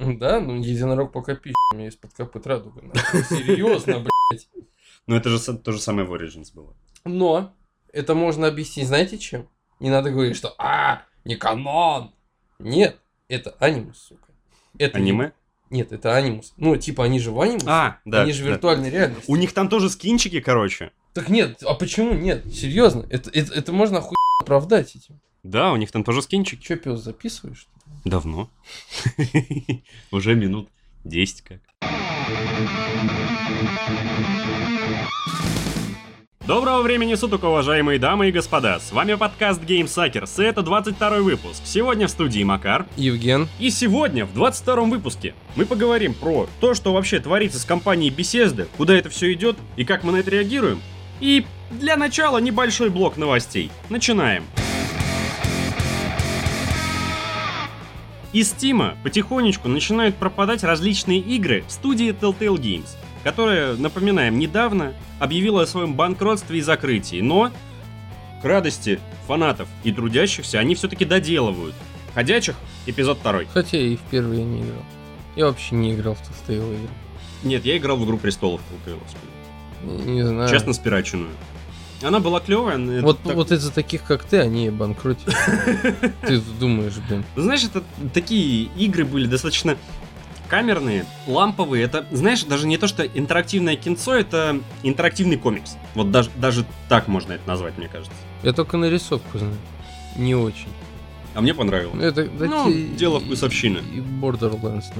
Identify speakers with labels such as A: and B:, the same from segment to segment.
A: Да, ну единорог пока пищит, у меня из-под копыт радуга. нахуй. Серьезно, блядь.
B: Ну, это же са- то же самое в Origins было.
A: Но это можно объяснить, знаете чем? Не надо говорить, что «А, не канон!» Нет, это анимус, сука. Это
B: Аниме?
A: Нет, это анимус. Ну, типа, они же в анимус,
B: А, да.
A: они же в
B: да.
A: виртуальной реальности.
B: У них там тоже скинчики, короче.
A: Так нет, а почему нет? Серьезно, это, это, это можно хуй оправдать этим.
B: Да, у них там тоже скинчики.
A: Че, пес, записываешь?
B: Давно. Уже минут 10 как. Доброго времени суток, уважаемые дамы и господа. С вами подкаст Game Suckers, и это 22 выпуск. Сегодня в студии Макар.
A: Евген.
B: И сегодня, в 22 выпуске, мы поговорим про то, что вообще творится с компанией Bethesda, куда это все идет и как мы на это реагируем. И для начала небольшой блок новостей. Начинаем. Из Стима потихонечку начинают пропадать различные игры студии Telltale Games, которая, напоминаем, недавно объявила о своем банкротстве и закрытии, но к радости фанатов и трудящихся они все-таки доделывают. Ходячих эпизод второй.
A: Хотя я и в первые не играл. Я вообще не играл в Telltale игры.
B: Нет, я играл в «Игру престолов» Тултейловскую.
A: Не знаю.
B: Честно, спираченную. Она была клевая, но это
A: Э. Вот,
B: так-
A: вот из-за таких, как ты, они и банкротят. Ты думаешь, блин.
B: Ну, Знаешь, это такие игры были достаточно камерные, ламповые. Это, знаешь, даже не то, что интерактивное кинцо, это интерактивный комикс. Вот даже, даже так можно это назвать, мне кажется.
A: Я только нарисовку знаю. Не очень.
B: А мне понравилось.
A: Это, да
B: Ну,
A: те-
B: дело вкусовщины.
A: И Borderlands нравится.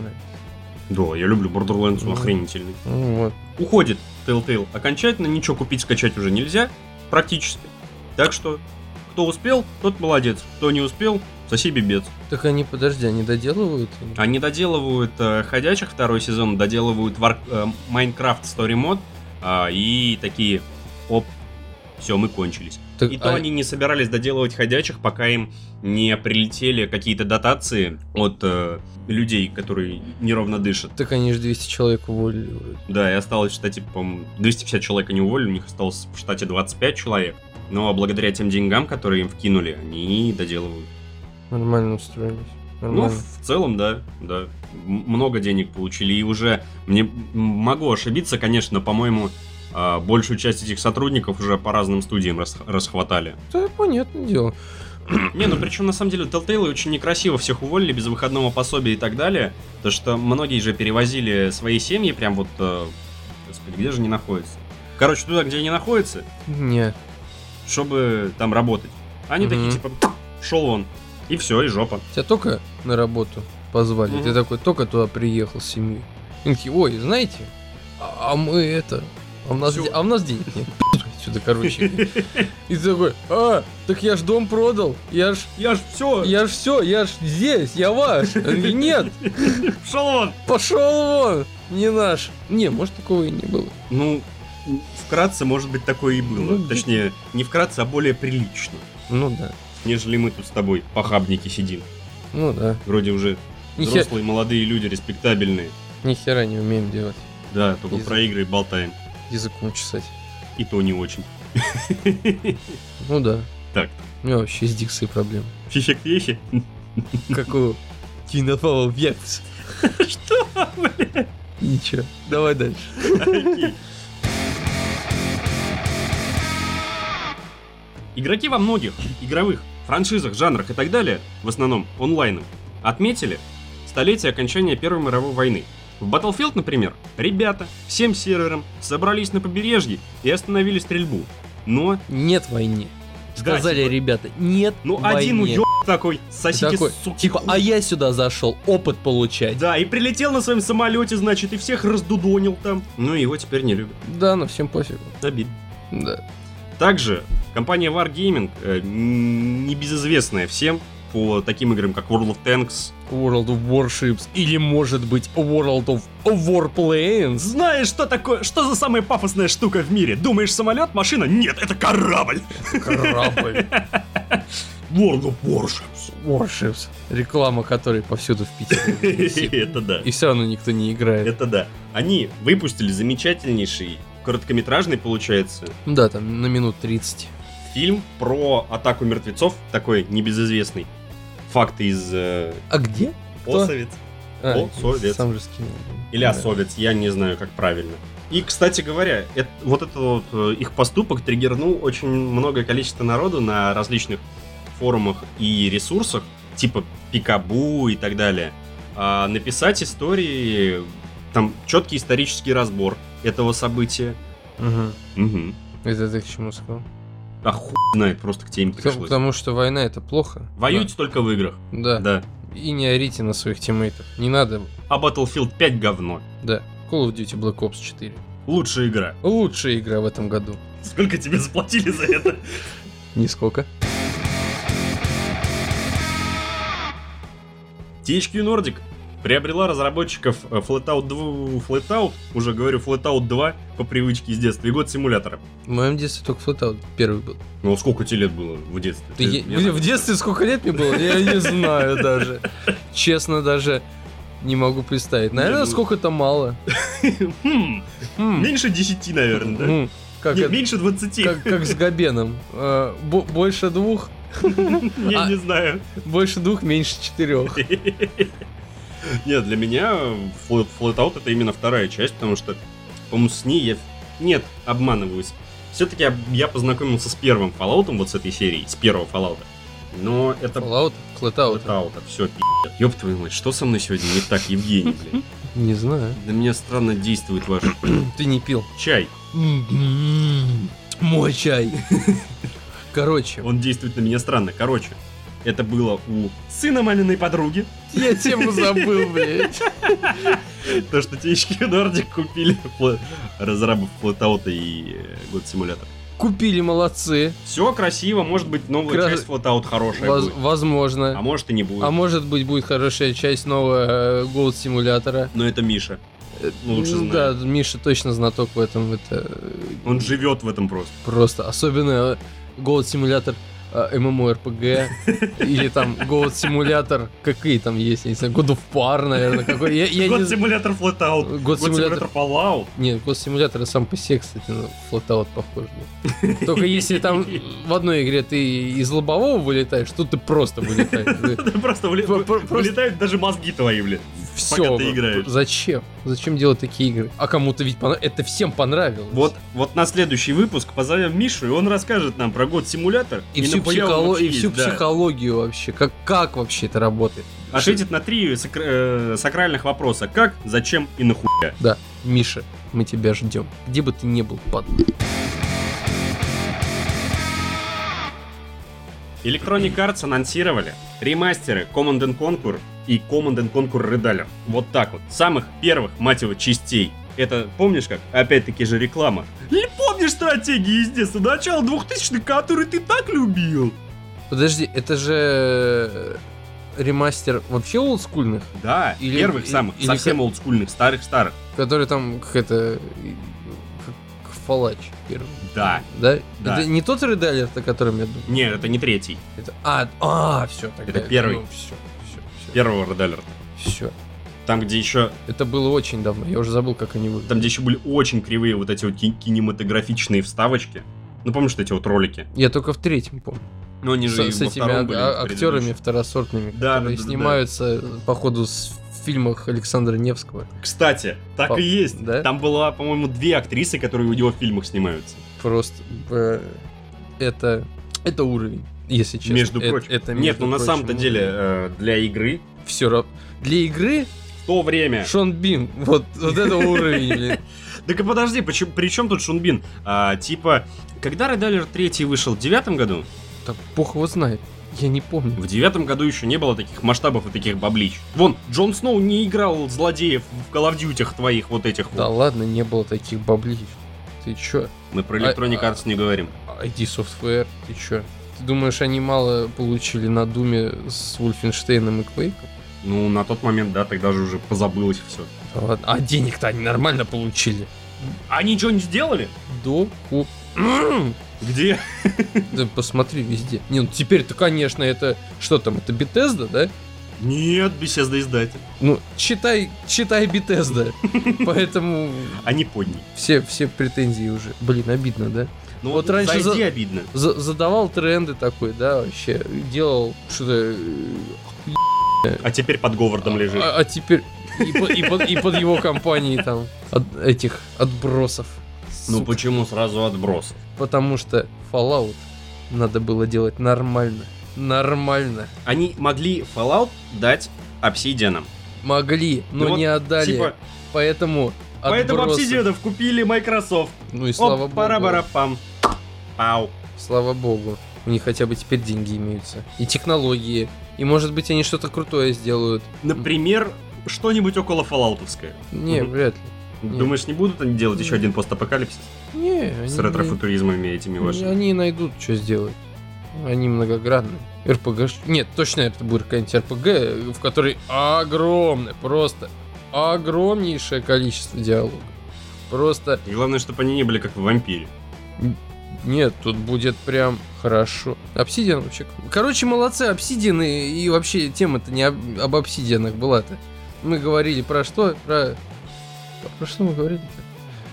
B: Да, я люблю Borderlands, он
A: Мгм.
B: охренительный.
A: Ну, вот.
B: Уходит Telltale окончательно, ничего купить, скачать уже нельзя, практически. Так что, кто успел, тот молодец, кто не успел, соси бебец.
A: Так они, подожди, они доделывают? или?
B: Они А доделывают э, «Ходячих» второй сезон, доделывают Вар- э, «Майнкрафт Story Mode а, и такие «Оп, все, мы кончились».
A: Так,
B: И то
A: а-
B: они не собирались доделывать «Ходячих», пока им не прилетели какие-то дотации от э, людей, которые неровно дышат.
A: Так они же 200 человек уволили вроде.
B: Да, и осталось в штате, по-моему, 250 человек они уволили, у них осталось в штате 25 человек. Но благодаря тем деньгам, которые им вкинули, они доделывают.
A: Нормально устроились.
B: Ну,
A: Нормально.
B: в целом, да, да. М- Много денег получили, и уже, мне м, могу ошибиться, конечно, по-моему, а, большую часть этих сотрудников уже по разным студиям расх- расхватали.
A: Да, понятное дело.
B: Не, ну причем на самом деле Telltale очень некрасиво всех уволили без выходного пособия и так далее, потому что многие же перевозили свои семьи прям вот, э, господи, где же не находится? Короче, туда, где не находится,
A: Не.
B: чтобы там работать. Они такие
A: Мгм.
B: типа, шел он, и все, и жопа.
A: Тебя только на работу позвали.
B: Мгм.
A: Ты такой только туда приехал с семьей. Они такие, ой, знаете, а а мы это... А у нас,
B: Всё.
A: де- а у нас денег нет. Сюда, короче. И ты такой, а, так я ж дом продал. Я ж,
B: Я ж все,
A: я ж все, я ж здесь, я ваш. Они такие, Нет,
B: шел он.
A: пошел вон, не наш. Не, может такого и не было.
B: Ну, вкратце, может быть, такое и было.
A: Ну,
B: Точнее, не вкратце, а более прилично,
A: Ну да,
B: нежели мы тут с тобой похабники сидим.
A: ну да.
B: Вроде уже
A: Ни, Ну, хе-
B: взрослые, молодые люди, респектабельные.
A: ни хера не умеем делать.
B: Да, только
A: Из-
B: про игры и болтаем.
A: Языком чесать.
B: И то не очень.
A: Ну да.
B: Так.
A: У меня вообще с дикцией проблем.
B: Фифик вещи.
A: Как у Кинопава Векс.
B: Что, блядь?
A: Ничего. Давай дальше.
B: Окей. Игроки во многих игровых франшизах, жанрах и так далее, в основном онлайном, отметили столетие окончания Первой мировой войны. В Battlefield, например, ребята всем сервером собрались на побережье и остановили стрельбу. Но,
A: Нет войне. Сказали
B: типа-
A: ребята, нет
B: ну
A: войне.
B: один уёб такой, сосите,
A: Такой,
B: суки,
A: Типа,
B: хуй.
A: а я сюда зашел опыт получать.
B: Да, и прилетел на своем самолете, значит, и всех раздудонил там. Ну, его теперь не любят.
A: Да, но всем пофигу.
B: Обидно.
A: Да.
B: Также компания Wargaming, э, м, небезызвестная всем по таким играм, как World of Tanks.
A: World of Warships или, может быть, World of Warplanes?
B: Знаешь, что такое, что за самая пафосная штука в мире? Думаешь, самолет, машина? Нет, это корабль!
A: Корабль.
B: World of Warships.
A: Warships. Реклама которой повсюду в Питере. висит.
B: Это да.
A: И все равно никто не играет.
B: Это да. Они выпустили замечательнейший, короткометражный, получается,
A: Ну Да, там на минут 30.
B: фильм про атаку мертвецов, такой небезызвестный. Факты из э,
A: А где? Кто?
B: Осовиц.
A: А,
B: Осовец.
C: Сам же скинул.
B: Или осовец, я не знаю, как правильно. И, кстати говоря, эт- вот этот вот э, их поступок триггернул очень многое количество народу на различных форумах и ресурсах, типа Пикабу и так далее, а, написать истории, там четкий исторический разбор этого события.
A: Угу.
B: Мгм.
A: Это ты к чему сказал?
B: А хуй знает, просто к теме
A: Потому,
B: пришлось.
A: потому что война это плохо.
B: Воюйте только в играх.
A: Да. да.
B: Да.
A: И не орите на своих тиммейтов. Не надо.
B: А Battlefield 5 говно.
A: Да. Call of Duty Black Ops 4.
B: Лучшая игра.
A: Лучшая игра в этом году.
B: Сколько тебе заплатили за это?
C: Нисколько.
B: THQ Nordic приобрела разработчиков э, Flatout 2, Flatout, уже говорю Flatout 2 по привычке из детства, и год симулятора.
A: В моем детстве только Flatout первый был.
B: Ну а сколько тебе лет было в детстве?
A: Ты е-
B: я
A: где-
B: знаю.
A: в детстве сколько лет мне было? Я не знаю даже. Честно, даже не могу представить. Наверное,
B: ну-
A: сколько-то мало.
B: Хм,
A: М.
B: Меньше 10, наверное, да?
A: М. хм. Как
B: Не,
A: это-
B: меньше 20.
A: как- как с Габеном. Э, бо- Больше двух,
B: Я
A: А.
B: не знаю.
A: больше двух, меньше четырех.
B: Нет, для меня э, Flat- Flatout это именно вторая часть, потому что, по-моему, с ней я... Нет, обманываюсь. Все-таки я, я познакомился с первым Fallout, вот с этой серии, с первого Fallout. Но это
A: Fallout, Flatout.
B: все, пи***т. а Ёб твою мать, что со мной сегодня не так, Евгений, блин?
A: Не знаю.
B: На меня странно действует ваш
A: Ты не пил.
B: чай.
A: М-м-м. Мой чай. Короче,
B: Он действует на меня странно. Короче, это было у сына маминой подруги.
A: я тему забыл, блядь.
B: То, что THQ Nordic купили фла- разрабов Flatout и э, год симулятор.
A: Купили молодцы.
B: Все красиво, может быть, новая
A: Кра-
B: часть Flatout хорошая
A: Воз-
B: будет. А
A: возможно.
B: может и не будет.
A: А может быть будет хорошая часть нового э, Gold симулятора.
B: Но это Миша. Лучше
A: Ну
B: знает.
A: Да, Миша точно знаток в этом. Это э,
B: Он живет в этом просто.
A: просто особенно э, Gold симулятор э, MMORPG или там Gold симулятор какие там есть, я не знаю, God of War, наверное, какой. Я, я
B: год
A: не... знаю.
B: симулятор Flatout.
A: Год симулятор
B: Fallout.
A: Нет, год симулятора сам по себе, кстати, на флотаут похож. был. Только если там в одной игре ты из лобового вылетаешь, тут ты просто вылетаешь.
B: Просто вли-
A: Про- про- просто-
B: вылетают даже мозги твои, блин.
A: Все.
B: Пока ты играешь.
A: Зачем? Зачем делать такие игры? А кому-то ведь понрав- это всем понравилось.
B: Вот, вот на следующий выпуск позовем Мишу, и он расскажет нам про год симулятор.
A: И всю,
B: нахуя он
A: психоло-
B: вообще
A: и всю
B: есть, да.
A: психологию вообще. Как, как вообще это работает?
B: Ответит на три сакр- э, сакральных вопроса. Как, зачем и нахуя.
A: Миша, мы тебя ждем. Где бы ты ни был, падла.
B: Electronic Arts анонсировали ремастеры Command and Conquer и Command and Conquer Redalert. Вот так вот. Самых первых, мать его, частей. Это, помнишь как? Опять-таки же реклама. Или помнишь стратегии из детства начала 2000-х, которые ты так любил?
A: Подожди, это же э, ремастер вообще олдскульных,
B: Да,
A: Или-
B: первых
A: и-
B: самых,
A: или
B: совсем
A: как-
B: олдскульных, старых-старых.
A: который там как это... и, Как фалач первый.
B: Да.
A: Да?
B: Да.
A: Это не тот Редалер, о котором я думаю?
B: Нет, это не третий.
A: Это... А, а, все, тогда...
B: Это первый.
A: все, все, все.
B: Первого Redalert.
A: Все.
B: Там, где еще,
A: Это было очень давно, я уже забыл, как они выглядят.
B: там, где еще были очень кривые вот эти вот ки- кинематографичные вставочки. Ну, помнишь вот эти вот ролики?
A: Я только в третьем помню.
B: Но Ну, они же и
A: с, с
B: во
A: этими
B: втором
A: а-
B: были,
A: а-
B: в
A: актерами
B: предыдущем.
A: второсортными,
B: Да,
A: которые
B: да, да, да, да.
A: снимаются, походу, с- в фильмах Александра Невского.
B: Кстати, так
A: По-
B: и есть.
A: да?
B: Там была, по-моему, две актрисы, которые у него в фильмах снимаются.
A: Просто э, это, это уровень, если честно.
B: между
A: Э-
B: прочим.
A: Это,
B: Нет, ну на самом-то деле э, для игры
A: Все равно. Для игры
B: в то время.
A: Шон Бин, вот, вот это уровень, блин.
B: Так и подожди, почему, при чем тут Шунбин? А, типа, когда Редалер 3 вышел в девятом году,
A: Да бог его знает, я не помню.
B: в девятом году еще не было таких масштабов и таких баблич. Вон, Джон Сноу не играл злодеев в Call of Duty твоих вот этих
A: Да
B: вот.
A: ладно, не было таких баблей. Ты чё?
B: Мы про Electronic
A: А-
B: Arts не говорим.
A: ID Software, ты чё? Ты думаешь, они мало получили на Думе с Вульфенштейном и Квейком?
B: Ну, на тот момент, да, тогда же уже позабылось все.
A: Да ладно. А денег-то они нормально получили.
B: Они что-нибудь сделали?
A: До ку... Да
B: Где?
A: посмотри везде. Не, ну теперь-то, конечно, это... Что там, это Бетезда, да?
B: Нет, беседа издатель.
A: Ну, читай, читай Бетезда. Поэтому
B: Они подняли.
A: все, все претензии уже. Блин, обидно, да?
B: Ну
A: Вот раньше
B: зайди,
A: за-
B: обидно.
A: За- задавал тренды такой, да, вообще. Делал что-то... э,
B: А теперь под Говардом лежит.
A: А, а теперь И, по- и под, и под его компанией там от этих отбросов.
B: Ну
A: Сука.
B: почему сразу отбросов?
A: Потому что Fallout надо было делать нормально. Нормально.
B: Они могли Fallout дать обсидианам.
A: Могли, но
B: Ну вот,
A: не отдали.
B: Типа,
A: Поэтому
B: поэтому
A: отбросы-
B: обсидианов купили Microsoft.
A: Ну и слава
B: Оп,
A: богу.
B: пара-бара-пам. Пау.
A: Слава богу. У них хотя бы теперь деньги имеются. И технологии. И может быть они что-то крутое сделают.
B: Например, что-нибудь около Falloutовское.
A: Не,
B: Мгм.
A: вряд ли. Нет.
B: Думаешь, не будут они делать еще
A: Нет.
B: один постапокалипсис
A: Не, они,
B: с
A: не-
B: ретрофутуризмами этими
A: не-
B: вашими?
A: они найдут, что сделать. Они многогранные. РПГ... ш- Нет, точно это будет какая-нибудь РПГ, в которой огромное, просто огромнейшее количество диалогов. Просто
B: И главное, чтобы они не были как в вампире.
A: Нет, тут будет прям хорошо. Обсидиан вообще. к- Короче, молодцы, обсидианы. И вообще тема-то не об, об обсидианах была-то. Мы говорили про что? Про. Про что мы говорили-то?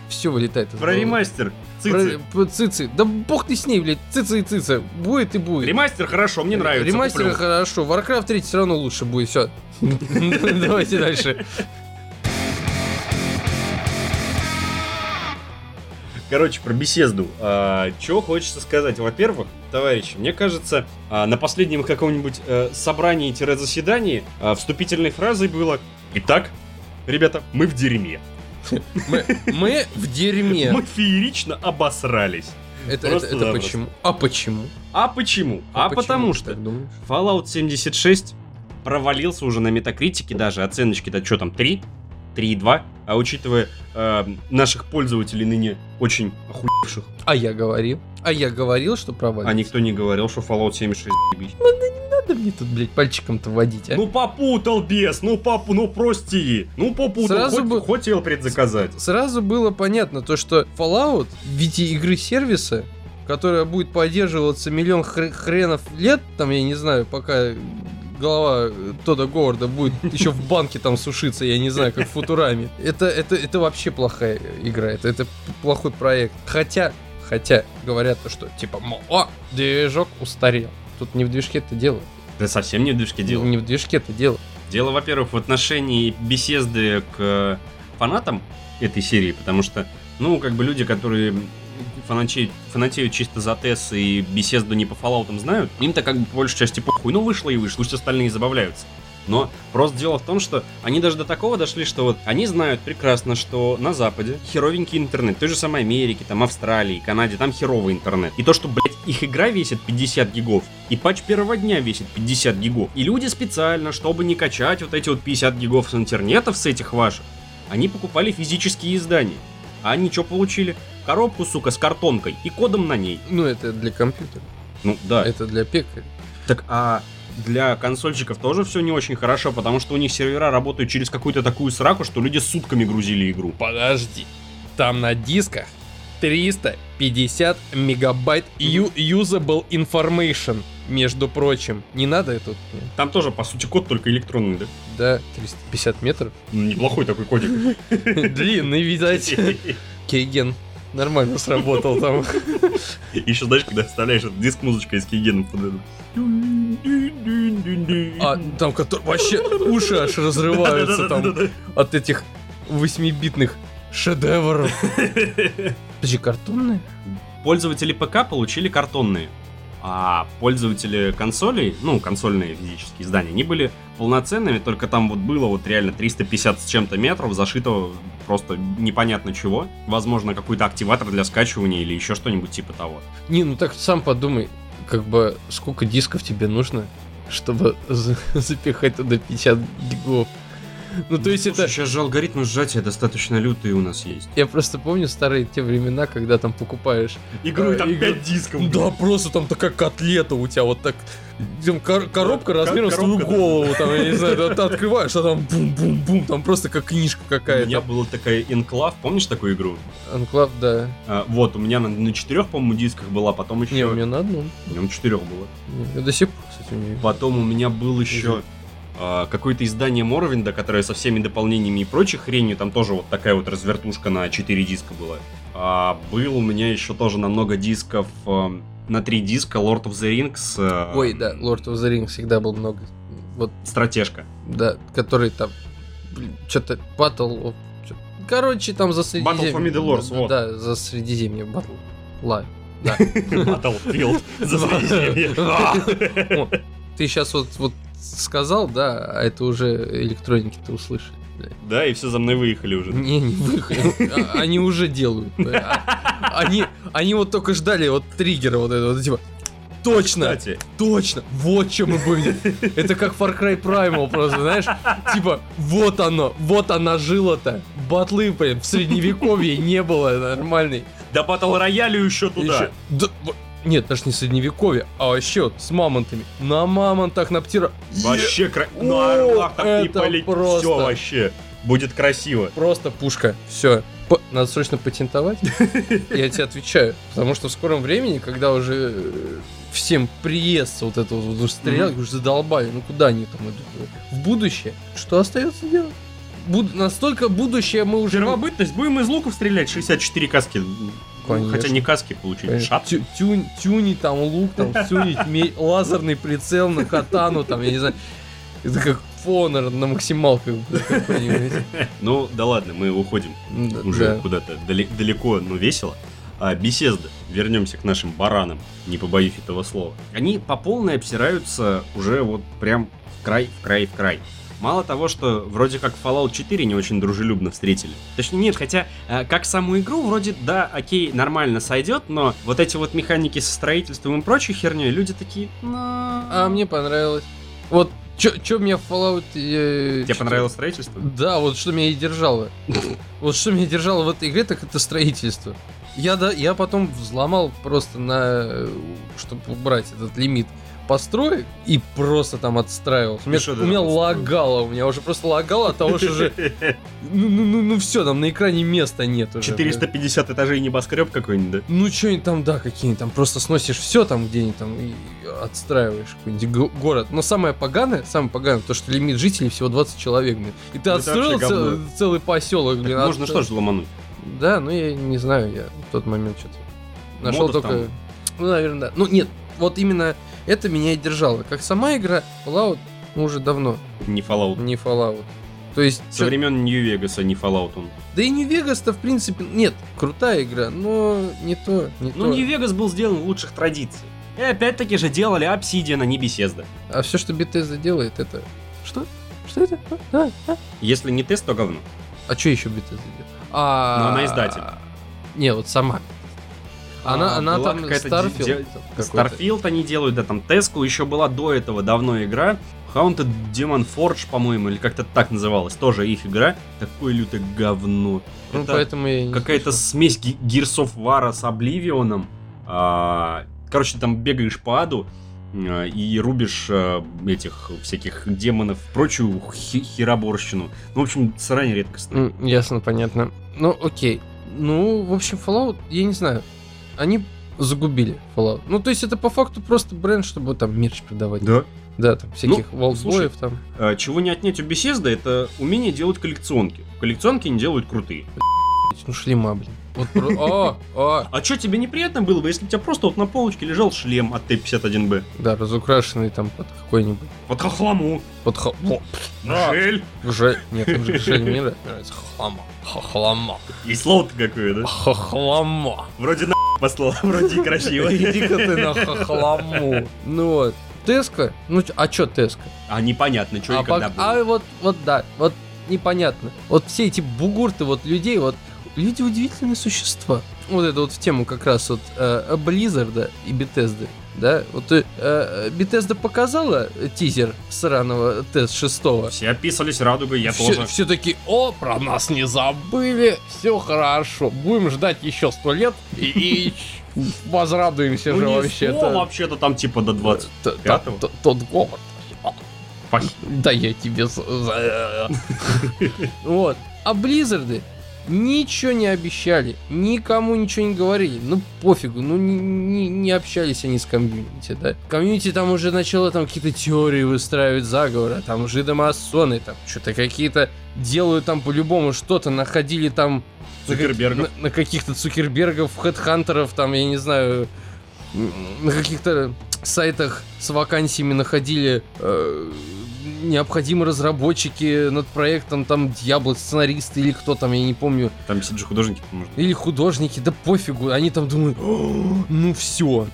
A: Все вылетает из
B: Про
A: головы.
B: ремастер. Цицы.
A: Про- про цици. Да бог ты с ней, блядь. Цица и цица. Будет и будет.
B: Ремастер хорошо, мне нравится.
A: Ремастеры
B: куплю.
A: хорошо. Warcraft 3 все равно лучше будет. Все. Давайте дальше.
B: Короче, про беседу. Чего хочется сказать? Во-первых, товарищи, мне кажется, а, на последнем каком-нибудь э, собрании-заседании а, вступительной фразой было «Итак, ребята, мы в дерьме.
A: Мы- Мы в дерьме.
B: Мы феерично обосрались».
A: Это- Это это
B: Просто-напросто.
A: почему? А почему?
B: А почему? А,
A: почему
B: потому
A: ты
B: что
A: так думаешь?
B: Fallout 76 провалился уже на метакритике даже. Оценочки-то что там, 3? 3,2? А учитывая э, наших пользователей ныне очень охуевших,
A: А я говорил. А я говорил, что провалится.
B: а никто не говорил, что Fallout 76 заебись.
A: Надо мне тут, блядь, пальчиком-то водить, а?
B: Ну попутал бес, ну попу, ну прости, ну попутал,
A: Сразу
B: хоть,
A: бы-
B: хотел предзаказать.
A: Сразу было понятно то, что Fallout в виде игры сервиса, которая будет поддерживаться миллион хр- хренов лет, там, я не знаю, пока голова э, Тода Говарда будет еще в банке там сушиться, я не знаю, как в Футураме. Это, это, это вообще плохая игра, это, это плохой проект. Хотя, хотя, говорят то, что типа, мол, о, движок устарел. Тут не в движке это дело.
B: Да совсем не в движке дело.
A: Не в движке это дело.
B: Дело, во-первых, в отношении беседы к э, фанатам этой серии, потому что, ну, как бы люди, которые фанатеют, фанатеют чисто за ТС и беседу не по фоллаутам знают, им-то как бы по большей части похуй. Ну, вышло и вышло, пусть остальные забавляются. Но просто дело в том, что они даже до такого дошли, что вот они знают прекрасно, что на Западе херовенький интернет, той же самой Америке, там Австралии, Канаде, там херовый интернет. И то, что, блядь, их игра весит 50 гигов, и патч первого дня весит 50 гигов. И люди специально, чтобы не качать вот эти вот 50 гигов с интернетов, с этих ваших, они покупали физические издания. А они что получили? Коробку, сука, с картонкой и кодом на ней.
A: Ну, это для компьютера.
B: Ну да,
A: Это для пекаря.
B: так а для консольщиков тоже все не очень хорошо, потому что у них сервера работают через какую-то такую сраку, что люди сутками грузили игру.
A: Подожди, там на дисках 350 мегабайт ю- usable information, между прочим. Не надо это мне.
B: Там тоже, по сути, код только электронный, да?
A: Да, 350 метров.
B: Ну, Неплохой такой кодик.
A: Длинный, видать. Кейген нормально сработал там.
B: Еще знаешь, когда вставляешь этот диск музычка из Кейгена под этот.
A: А там котор- вообще уши аж разрываются там
B: Да-да-да-да-да.
A: от этих 8-битных шедевров. Подожди, картонные?
B: Пользователи ПК получили картонные, а пользователи консолей, ну, консольные физические издания, они были полноценными, только там вот было вот реально 350 с чем-то метров, зашитого просто непонятно чего. Возможно, какой-то активатор для скачивания или еще что-нибудь типа того.
A: Не, ну так сам подумай, как бы сколько дисков тебе нужно, чтобы за- запихать туда 50 гигов. Ну то есть это...
B: Сейчас же алгоритмы сжатия достаточно лютые у нас есть.
A: Я просто помню старые те времена, когда там покупаешь.
B: Игру и там
A: Э, игру-
B: 5 дисков.
A: Да, просто там такая котлета у тебя вот так. Там кор- коробка
B: Кор-
A: размером с твою
B: коробка, да.
A: голову, там, я не знаю, да, ты открываешь, а там бум-бум-бум, там просто как книжка
B: У меня
A: какая-то.
B: была такая Enclave, помнишь такую игру?
A: Анклав, да.
B: А, вот, у меня на, на четырех, по-моему, дисках была, потом еще...
A: Не, у меня на одном.
B: У меня на четырех было.
A: Я до сих пор, кстати, у меня.
B: Потом у меня был еще
A: Мгм.
B: а, какое-то издание Морвинда, которое со всеми дополнениями и прочей хренью, там тоже вот такая вот развертушка на 4 диска была. А, был у меня еще тоже на много дисков, эм, на 3 диска Lord of the Rings. э,
A: Ой, да, Lord of the Rings всегда был много. Вот
B: Стратежка.
A: Да, который там что-то Battle of... чё- Короче, там за Средиземье.
B: for Middle-earth,
A: да,
B: вот.
A: Да, за Средиземье Battle. Line.
B: Battlefield за Средиземье.
A: О, Ты сейчас вот, вот сказал, да, а это уже электроники ты услышишь.
B: Да, и все за мной выехали уже.
A: Не, не выехали. А- Они уже делают. А, Они, они вот только ждали вот триггера вот этого, вот, типа, точно,
B: Кстати,
A: точно, вот чем мы будем. Это как Far Cry Primal просто, знаешь, типа, вот оно, вот она жила-то. Батлы, блин, в средневековье не было нормальной.
B: до Battle Royale еще
A: Ещё-
B: туда.
A: Да, в- Нет, даже не средневековье, а вообще вот с мамонтами. На мамонтах, на птира.
B: Вообще кра...
A: О,
B: На орлах так не
A: это
B: палить.
A: просто.
B: Все вообще. Будет красиво.
A: Просто пушка. Все. Надо срочно патентовать. Я тебе отвечаю. Потому что в скором времени, когда уже э, всем приестся вот это вот стрелялки, уже задолбали. Ну куда они там идут? В будущее. Что остается делать? Буд- настолько будущее мы уже...
B: Первобытность. Будем из луков стрелять. 64 каски. Ну,
A: Конечно.
B: Хотя не каски получили. Шат.
A: Тю- тюнь- тюни, там лук, там сунить, ме- лазерный прицел на катану, там, я не знаю. Это как фонер на максималках. будет какой-нибудь.
B: Ну да ладно, мы уходим
A: М-да,
B: уже
A: да.
B: куда-то дале- далеко, но весело. А, беседа. Вернемся к нашим баранам, не побоюсь этого слова. Они по полной обсираются уже вот прям в край, в край, в край. Мало того, что вроде как Fallout 4 не очень дружелюбно встретили. Точнее, нет, хотя э, как саму игру вроде да, окей, нормально сойдет, но вот эти вот механики со строительством и прочей херней, люди такие... «Ну,
A: А мне понравилось. Вот что мне в Fallout... э,
B: Тебе
A: чё-
B: понравилось строительство?
A: Да, вот что меня и держало. Вот что меня держало в этой игре, так это строительство. Я, да, я потом взломал просто на... э, чтобы убрать этот лимит построек и просто там отстраивал. У меня,
B: что ты
A: у меня
B: там отстроил?
A: лагало, у меня уже просто лагало от того, что уже... Ну, ну, ну, все, там на экране места нет уже.
B: 450 этажей небоскреб какой-нибудь, да?
A: Ну, что-нибудь там, да, какие-нибудь там, просто сносишь все там где-нибудь там и отстраиваешь какой-нибудь го- город. Но самое поганое, самое поганое, то, что лимит жителей всего 20 человек, блин. И ты
B: Это
A: отстроил
B: вообще
A: цел-
B: говно.
A: целый поселок,
B: Так
A: блин.
B: Можно
A: от-
B: что же ломануть?
A: Да, ну я не знаю, я в тот момент что-то нашел
B: Модов
A: только...
B: там.
A: Ну, наверное, да. Ну, нет, вот именно это меня и держало. Как сама игра, Fallout, ну, уже давно,
B: Не Fallout.
A: не Fallout. То есть...
B: Со
A: чё-
B: времен Нью-Вегаса не Fallout он.
A: Да и Нью-Вегас-то, в принципе, нет, крутая игра, но не то, не то.
B: Ну, Нью-Вегас был сделан в лучших традициях. И опять-таки же делали Obsidian, а не Bethesda.
A: А все, что Bethesda делает, это... Что? Что это? А, а?
B: Если не тест, то говно.
A: что еще Bethesda делает? А...
B: Ну, она издатель.
A: Не, вот сама. Она,
B: А,
A: она
B: была
A: там
B: какая-то
A: Starfield.
B: де- де-
A: какой-то.
B: Starfield они делают, да, там Теску еще была до этого давно игра. Haunted Demon Forge, по-моему, или как-то так называлась, тоже их игра. Такое лютое говно.
A: Ну,
B: Это
A: поэтому я и не
B: какая-то
A: слышал.
B: смесь Ги- Gears of War с Обливионом. короче, ты там бегаешь по аду а, и рубишь а, этих всяких демонов, прочую хи- хероборщину. Ну, в общем, срань редкостная.
A: М, Ясно, понятно. Ну, окей. Ну, в общем, Fallout, я не знаю. Они загубили Fallout. Ну, то есть это по факту просто бренд, чтобы там мерч продавать.
B: Да. Ну,
A: Да, там всяких
B: слушай,
A: волкбоев там.
B: А, чего не отнять у Бесезда, это умение делать коллекционки. Коллекционки не делают крутые.
A: Ну, шлема, блин. Вот про- О, о,
B: А что тебе неприятно было бы, если бы у тебя просто вот на полочке лежал шлем от Т-51Б?
A: да, разукрашенный там под какой-нибудь.
B: Вот хохламу.
A: Под хо- Во, Да.
B: Жаль.
A: Уже, нет, там же Женя мне нравится. Хохлома. Хохлома.
B: И слово-то какое, да?
A: Хохлома.
B: Вроде на послал, вроде и красиво.
A: Иди-ка ты на хохлому. Ну вот. Теска? Ну, чё- а чё Теска?
B: А непонятно, что
A: а,
B: и когда
A: пок-
B: было.
A: а вот, вот да, вот непонятно. Вот все эти бугурты вот людей, вот люди удивительные существа. Вот это вот в тему как раз вот э, Близзарда и Бетезды. Да, вот э, э, Bethesda показала тизер сраного тест шестого.
B: Все описывались радугой, я
A: все,
B: тоже.
A: все такие, о, про нас не забыли, все хорошо, будем ждать еще сто лет и, и возрадуемся
B: Ну,
A: же
B: не
A: вообще-то.
B: стол, вообще-то там типа до 20.
A: Т- т-
B: пятого?
A: т- Тот голод.
B: Пах.
A: Да я тебе... с- за- Вот. А Близзарды ничего не обещали, никому ничего не говорили. Ну, пофигу, ну не, не- не общались они с комьюнити, да. Комьюнити там уже начало там какие-то теории выстраивать заговора, там жидомасоны, там что-то какие-то делают там по-любому что-то, находили там на каки-
B: Цукербергов.
A: На, на каких-то Цукербергов, Хедхантеров, там, я не знаю, м, на каких-то сайтах с вакансиями находили э, необходимы разработчики над проектом, там, Дьябло, сценаристы или кто там, я не помню,
B: Там сиджи художники поможет.
A: или художники, да пофигу, они там думают, «О, ну все,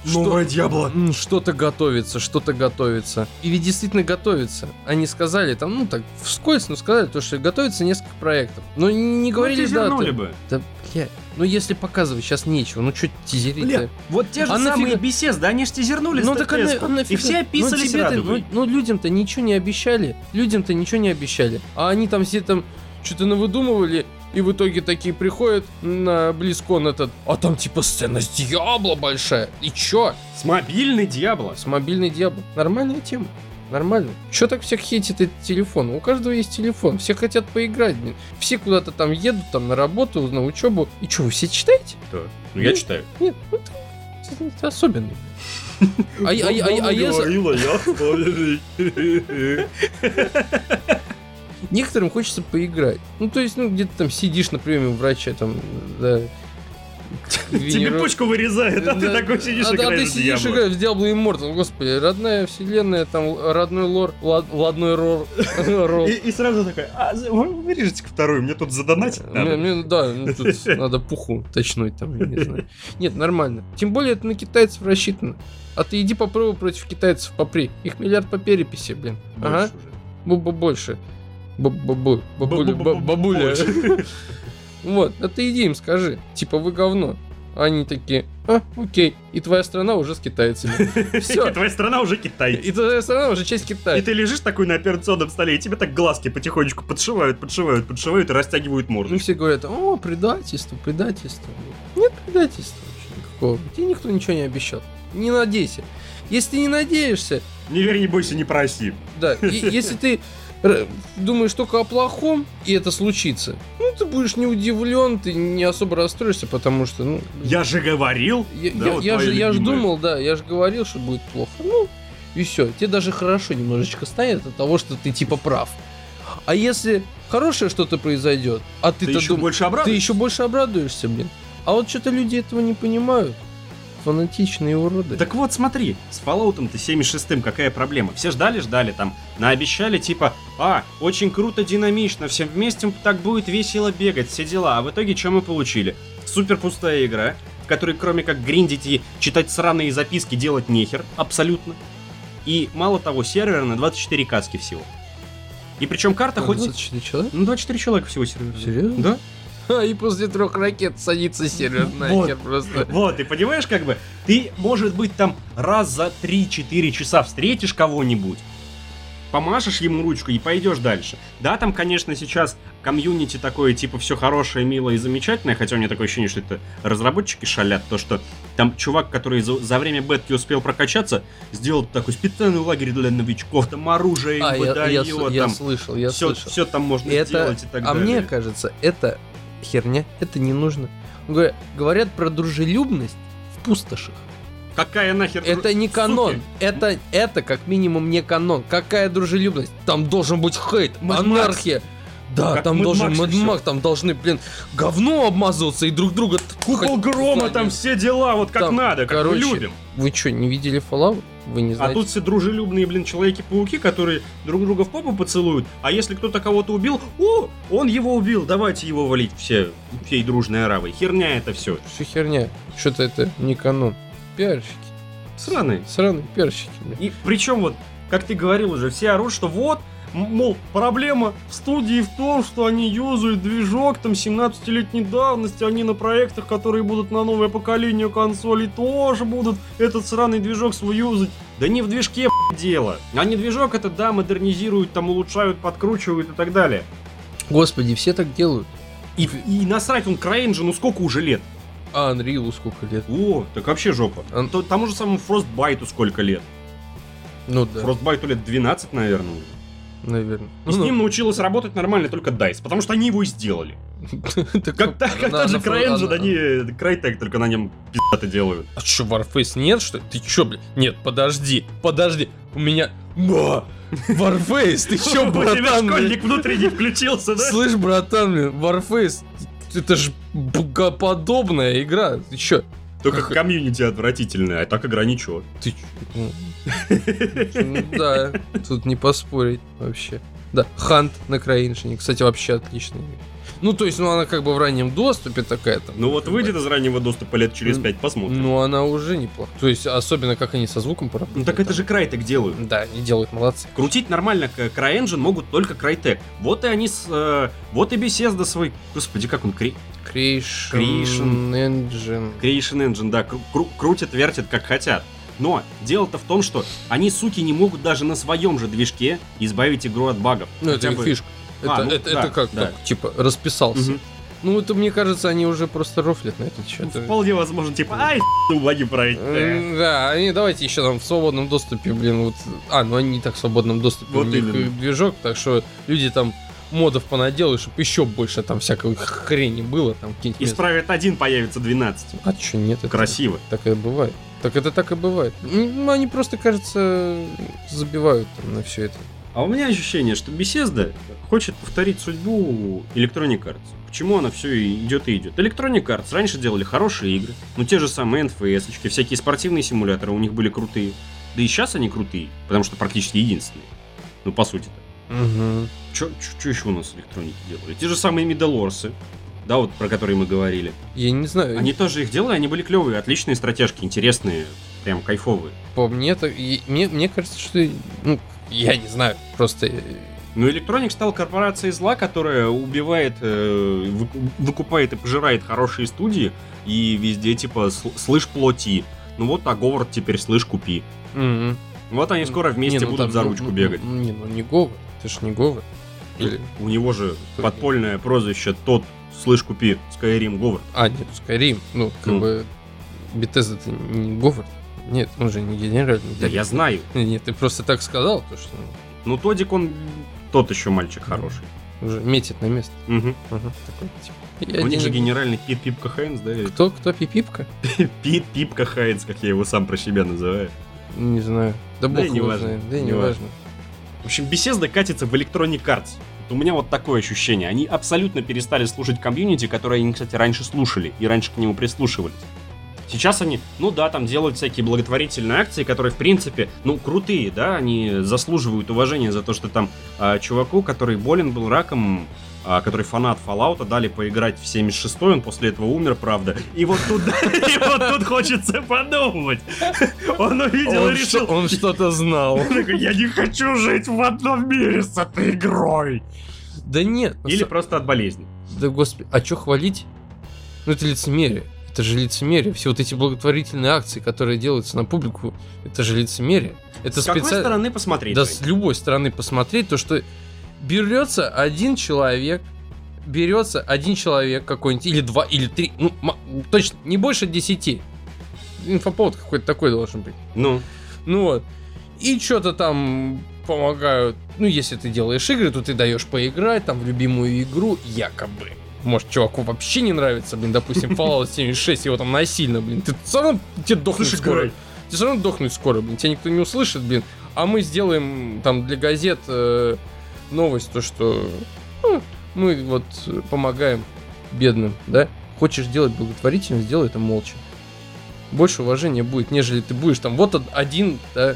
B: дьябло.
A: М, Что-то готовится, что-то готовится. И ведь действительно готовится. Они сказали там, ну так, вскользь, но сказали, то, что готовится несколько проектов. Но не говорили
B: Ну, зернули
A: даты.
B: бы.
A: Да, бля, ну если показывать сейчас нечего, ну что тизерить-то?
B: Бля, вот те же
A: А
B: самые
A: нафига?
B: бесед, да они ж тизернули
A: Ну
B: с
A: так она,
B: TTS-ку.
A: она
B: И
A: фига-
B: все
A: ну,
B: описались
A: тебе-то-
B: радугой.
A: ну, ну, людям-то ничего не обещали. Людям-то ничего не обещали. А они там все там что-то навыдумывали, и в итоге такие приходят на Близкон этот, а там типа сцена с Дьябло большая. И чё?
B: С мобильной дьябло.
A: С мобильной дьявол. Нормальная тема. Нормально. Че так всех хейтит этот телефон? У каждого есть телефон. Все хотят поиграть. блин. Все куда-то там едут, там на работу, на учебу. И что, вы все читаете?
B: Ну я
A: Ну,
B: читаю.
A: Нет, ну ты, ты- ты особенный. А, я- а я- а я- а я за- некоторым хочется поиграть. Ну, то есть, ну, где-то там сидишь на приеме у врача, там, да.
B: Тебе
A: венеро-
B: почку вырезают, а ты
A: Да.
B: такой сидишь
A: а,
B: и
A: ты- а
B: играешь
A: ты
B: в
A: сидишь и
B: Diablo.
A: играешь в Diablo Immortal, господи, родная вселенная, там, родной лор, лад- ладной рор, рор.
B: И, и сразу такой, а за- вы вырежете вторую, мне тут задонатить
A: Э, Мне-
B: надо.
A: мне, да, ну, тут надо пуху точнуть там, я не знаю. Нет, нормально. Тем более это на китайцев рассчитано. А ты иди попробуй против китайцев попри. Их миллиард по переписи, блин. Ага,
B: Больше уже.
A: бу-бу больше. Бу-бу-бу, бабуля, ба- бабуля.
B: Больше.
A: Вот, а ты иди им скажи, типа вы говно. А Они такие, а, окей, и твоя страна уже с китайцами. Всё.
B: И твоя страна уже Китай.
A: И твоя страна уже часть
B: И
A: Китая.
B: ты лежишь такой на операционном столе, и тебе так глазки потихонечку подшивают, подшивают, подшивают и растягивают морду.
A: Ну все говорят, о, предательство, предательство. Нет предательства вообще никакого. Тебе никто ничего не обещал. Не надейся. Если ты не надеешься,
B: Не верь, не бойся, не проси.
A: да, и если ты р- думаешь только о плохом, и это случится, ну, ты будешь не удивлен, ты не особо расстроишься, потому что, ну...
B: Я же говорил.
A: Я,
B: Да,
A: я-
B: вот
A: я
B: твоя
A: же, я же
B: любимая.
A: думал, да, я же говорил, что будет плохо. Ну, и все. Тебе даже хорошо немножечко станет от того, что ты типа прав. А если хорошее что-то произойдет, а
B: Ты
A: ты-то
B: еще
A: дум-
B: больше
A: ты
B: обрадуешься.
A: еще больше обрадуешься, блин. А вот что-то люди этого не понимают. Фанатичные уроды.
B: Так вот, смотри, с Fallout-то 76 какая проблема? Все ждали-ждали там, наобещали типа, а, очень круто, динамично, всем вместе так будет весело бегать, все дела. А в итоге что мы получили? Супер пустая игра, в которой кроме как гриндить и читать сраные записки делать нехер, абсолютно. И мало того, сервер на 24 каски всего. И причем карта
A: А,
B: хоть...
A: 24 человека?
B: Ну, 24 человека всего сервер.
A: Серьезно?
B: Да.
A: А, и после трех ракет садится сервер нахер просто.
B: Вот, и понимаешь, как бы, ты, может быть, там раз за 3-4 часа встретишь кого-нибудь, помашешь ему ручку и пойдешь дальше. Да, там, конечно, сейчас комьюнити такое, типа, все хорошее, милое и замечательное, хотя у меня такое ощущение, что это разработчики шалят, то, что там чувак, который за, за время бетки успел прокачаться, сделал такой специальный лагерь для новичков, там оружие им
A: А, я, я
B: выдает,
A: с-
B: там
A: я слышал, я
B: все,
A: слышал.
B: там можно
A: Это-
B: сделать и так
A: А
B: далее.
A: мне кажется, это херня, это не нужно. Говоря- Говорят про дружелюбность в пустошах.
B: Какая нахер...
A: Это не
B: суки?
A: канон. Это, это как минимум не канон. Какая дружелюбность? Там должен быть хейт,
B: Mad Max.
A: анархия. Да,
B: Как
A: там
B: Mad
A: должен
B: Max и
A: Mad
B: всё.
A: Max, там должны, блин, говно обмазываться и друг друга...
B: Кукол
A: хоть-
B: грома, а там
A: Ладно.
B: все дела, вот как
A: Там,
B: надо, как мы
A: короче,
B: любим.
A: Вы что, не видели Fallout? Вы не
B: А
A: знаете?
B: тут все дружелюбные, блин, человеки-пауки, которые друг друга в попу поцелуют. А если кто-то кого-то убил, о, он его убил, давайте его валить все, всей дружной аравой. Херня это все.
A: Что херня? Что-то это не канон. Пиарщики.
B: Сраные.
A: Сраные пиарщики, блин.
B: И причем вот, как ты говорил уже, все орут, что вот, м- мол, проблема в студии в том, что они юзают движок там 17-летней давности, они на проектах, которые будут на новое поколение консолей, тоже будут этот сраный движок свой юзать. Да не в движке б***ь, дело. Они движок это, да, модернизируют, там улучшают, подкручивают и так далее.
A: Господи, все так делают.
B: И, и насрать он CryEngine, ну сколько уже лет?
A: А Unreal сколько лет?
B: О, так вообще жопа.
A: Он-
B: То- тому же самому Frostbite сколько лет?
A: Ну да,
B: Frostbite лет 12, наверное, уже.
A: наверное.
B: И с ним научилась работать нормально только DICE, потому что они его и сделали.
A: ну,
B: Как, та- как та же CryEngine, они э, Crytek только на нем пиздато делают.
A: А чё, Warface нет, что ли? Ты чё, блин? Нет, подожди, подожди. У меня... Ба! Warface, ты чё,
B: У тебя
A: братан? блин?
B: школьник внутренний включился, да?
A: Слышь, братан, блин, Warface, это же богоподобная игра. Ты чё?
B: Только
A: Как-
B: комьюнити отвратительное, а так игра ничего.
A: Ты чё? Ну, Да, тут не поспорить вообще. Да, Хант на Краиншине, кстати, вообще отличная игра. Ну, то есть, ну, она как бы в раннем доступе такая там.
B: Ну вот
A: как бы.
B: выйдет из раннего доступа лет через
A: Ну,
B: пять, посмотрим.
A: Ну, она уже неплохо. То есть, особенно как они со звуком поработали.
B: Ну так это же Крайтек делают.
A: Да, они делают молодцы.
B: Крутить нормально к- CryEngine могут только Crytek. Вот и они с... э, вот и Bethesda свой... Господи, как он... Кри...
A: Creation,
B: Creation.
A: Engine.
B: Creation Engine, да, кру- кру- крутят, вертят, как хотят. Но дело-то в том, что они, суки, не могут даже на своем же движке избавить игру от багов.
A: Ну, это
B: Хотя
A: их
B: бы-
A: фишка. Это,
B: А, ну,
A: это-
B: да,
A: это как,
B: да.
A: так, типа, расписался.
B: Мгм.
A: Ну, это, мне кажется, они уже просто рофлят на этот счет.
B: Ну, Вполне возможно, типа, ай, баги править. Э,
A: М, Да, они давайте еще там в свободном доступе, блин, вот. А, ну они и так в свободном доступе,
B: Вот
A: у них
B: именно.
A: и движок, так что люди там модов понаделают, чтобы еще больше там всякой хрени было, там какие-нибудь. места.
B: Исправят один, появится 12.
A: А че нет? это-
B: Красиво.
A: Так и бывает. Так это так и бывает. М, Ну, они просто, кажется, забивают там на все это.
B: А у меня ощущение, что Беседа хочет повторить судьбу Electronic Arts. Почему она все идет и идет? Electronic Arts раньше делали хорошие игры, ну те же самые NFS, всякие спортивные симуляторы у них были крутые. Да и сейчас они крутые, потому что практически единственные. Ну, по сути-то. Что еще у нас электроники делали? Те же самые Медалорсы, да, вот про которые мы говорили.
A: Я не знаю,
B: Они тоже их делали, они были клевые, отличные стратежки, интересные, прям кайфовые.
A: по мне так. и- Мне, мне кажется, что. Ну, я не знаю. Просто. э,
B: Но Electronic стал корпорацией зла, которая убивает, э, выку- выкупает и пожирает хорошие студии, и везде типа сл- слышь плоти. Ну вот, а Говард теперь слышь купи.
A: м.
B: Вот они скоро вместе
A: Не, ну,
B: будут
A: там,
B: за
A: ну,
B: ручку
A: ну,
B: бегать.
A: ну, Не, ну не Говард. Ты ж не Говард. Или-
B: У него же
A: Кто
B: подпольное прозвище тот слышь купи Skyrim Говард.
A: А, нет, Скайрим. Ну, как
B: Ну.
A: бы... Бетезда это не Говард. Нет, он же не генеральный.
B: Да я знаю.
A: Нет, ты просто так сказал, то что
B: Ну Тодик он тот еще мальчик хороший.
A: ну, уже метит на место.
B: Мгм.
A: Ага, такой, типа, я
B: У них
A: не-
B: же генеральный Пит Пипка Хайнс, да? или
A: Кто, кто, Пипипка?
B: Пит Пипка Хайнс, как я его сам про себя называю.
A: Не знаю. Да
B: Да
A: бог
B: и не
A: его
B: важно,
A: знает. Да и
B: не
A: не важно.
B: В общем, беседа катится в Electronic Arts. Вот У меня вот такое ощущение. Они абсолютно перестали слушать комьюнити, которое они, кстати, раньше слушали и раньше к нему прислушивались. Сейчас они, ну да, там делают всякие благотворительные акции, которые, в принципе, ну, крутые, да, они заслуживают уважения за то, что там а, чуваку, который болен был раком, а, который фанат Fallout, дали поиграть в 76-й, он после этого умер, правда. И вот тут, и вот тут хочется подумать. Он увидел и
A: Он,
B: решил,
A: что- он что-то знал.
B: он такой, я не хочу жить в одном мире с этой игрой.
A: Да нет. на
B: Или
A: са-
B: просто от болезни.
A: Да господи, а чё хвалить? Ну это лицемерие. Это же лицемерие. Все вот эти благотворительные акции, которые делаются на публику, это же лицемерие. Это
B: С какой
A: специально...
B: стороны посмотреть?
A: Да
B: Вань?
A: с любой стороны посмотреть, то что берется один человек, берется один человек какой-нибудь, или два, или три, ну, м- точно, не больше десяти. Инфоповод какой-то такой должен быть.
B: Ну,
A: Ну вот. И что-то там помогают. Ну, если ты делаешь игры, то ты даешь поиграть там в любимую игру, якобы. Может, чуваку вообще не нравится, блин, допустим, Fallout 76, его там насильно, блин. Ты все равно тебе дохнуть
B: слушай,
A: скоро.
B: Грей,
A: Тебе все равно дохнуть скоро, блин, тебя никто не услышит, блин. А мы сделаем там для газет э, новость, то что ну, мы вот э, помогаем бедным, да? Хочешь делать благотворительность, сделай это молча. Больше уважения будет, нежели ты будешь там вот од- один, да?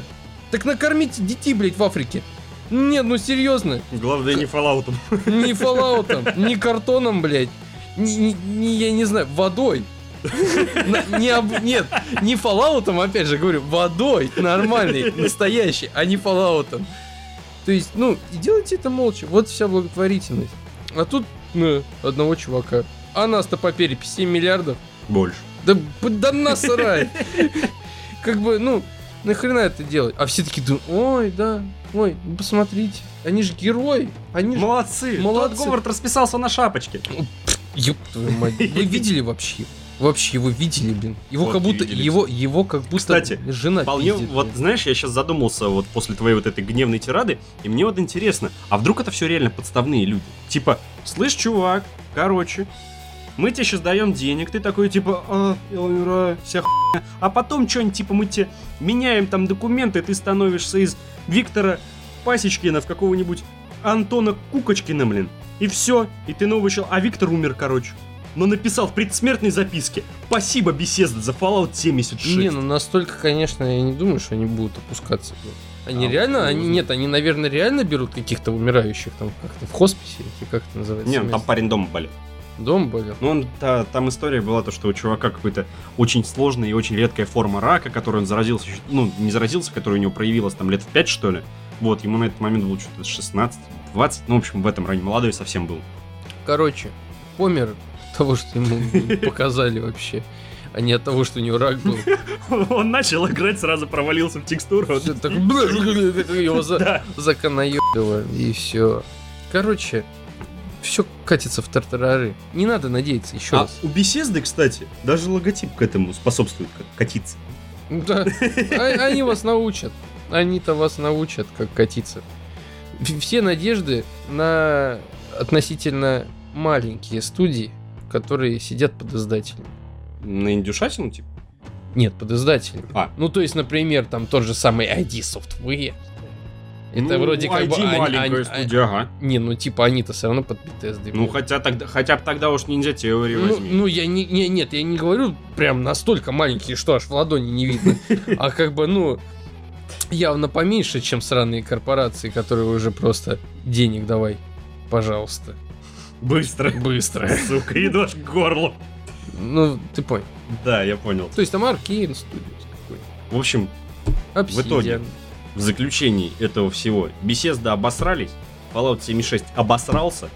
A: Так накормите детей, блядь, в Африке. Нет, ну серьезно,
B: Главное, не фоллаутом.
A: ни фоллаутом, ни картоном, блядь, ни, ни- ни, я не знаю, водой. На- не об- нет, не фоллаутом, опять же говорю, водой нормальной, настоящей, а не фоллаутом. То есть, ну, и делайте это молча, вот вся благотворительность. А тут ну, одного чувака. А нас-то по переписи 7 миллиардов.
B: Больше.
A: Да, б- да насрать. Как бы, ну, нахрена это делать? А все такие думают, ой, да, ой, ну посмотрите, они же герои, они же
B: Молодцы.
A: Молодцы.
B: Тот Говард расписался на шапочке.
A: Ёб твою мать. Вы видели вообще? Вообще его видели, блин. Его
B: Вот
A: как
B: не
A: будто
B: видели.
A: его его как будто
B: Кстати,
A: жена
B: Вполне,
A: пиздит,
B: вот
A: блин.
B: знаешь, я сейчас задумался вот после твоей вот этой гневной тирады, и мне вот интересно, а вдруг это все реально подставные люди? Типа, слышь, чувак, короче, мы тебе сейчас даем денег, ты такой типа, а, я умираю, вся хуйня. А потом что-нибудь типа мы тебе меняем там документы, ты становишься из Виктора Пасечкина в какого-нибудь Антона Кукочкина, блин. И все, и ты новый чел, а Виктор умер, короче. но написал в предсмертной записке «Спасибо, Бесезда, за Fallout 76».
A: Не, ну настолько, конечно, я не думаю, что они будут опускаться. Они
B: А,
A: реально,
B: ну,
A: они,
B: ну.
A: нет, они, наверное, реально берут каких-то умирающих там как-то в хосписе, или как это называется?
B: Не, ну там
A: место?
B: парень дома болел.
A: Дом болел.
B: Ну, он, та- там история была то, что у чувака какой-то очень сложная и очень редкая форма рака, которой он заразился, ещё- ну, не заразился, которая у него проявилась там лет в 5, что ли. Вот, ему на этот момент было что-то 16, 20, ну, в общем, в этом районе молодой совсем был.
A: Короче, помер от того, что ему показали вообще, а не от того, что у него рак был.
B: Он начал играть, сразу провалился в текстуру.
A: Всё так, его за-
B: Да.
A: законоебило, и все. Короче, все катится в тартарары. Не надо надеяться, еще
B: А
A: раз.
B: у Бесезды, кстати, даже логотип к этому способствует к- катиться.
A: Да. А- Они вас научат. Они-то вас научат, как катиться. В- Все надежды на относительно маленькие студии, которые сидят под издателем.
B: На индюшатину, типа?
A: Нет, под издателем.
B: А.
A: Ну, то есть, например, там тот же самый ID Software. Это
B: Ну,
A: вроде как
B: ID
A: бы... они-
B: маленькая
A: они-
B: студия, ага.
A: а- Не, ну типа они-то все равно под BTSD.
B: Ну, хотя, тогда, хотя бы тогда уж ниндзя теорию
A: Ну,
B: возьми.
A: ну, я не, не, нет, я не говорю прям настолько маленькие, что аж в ладони не видно. А как бы, ну, явно поменьше, чем сраные корпорации, которые уже просто денег давай, пожалуйста,
B: Быстро.
A: быстро.
B: Сука, идешь к горлу.
A: Ну, ты понял.
B: Да, я понял.
A: То есть там Arcane Studios какой-то.
B: В общем,
A: Obsidian.
B: В итоге. в заключении этого всего, Бесезда обосрались, Fallout 76 обосрался,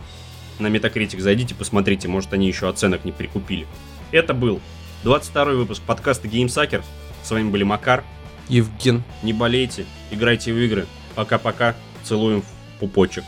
B: на Metacritic зайдите, посмотрите, может они еще оценок не прикупили. Это был 22 выпуск подкаста GameSuckers. С вами были Макар.
A: Евген.
B: Не болейте, играйте в игры. Пока-пока. Целуем в пупочек.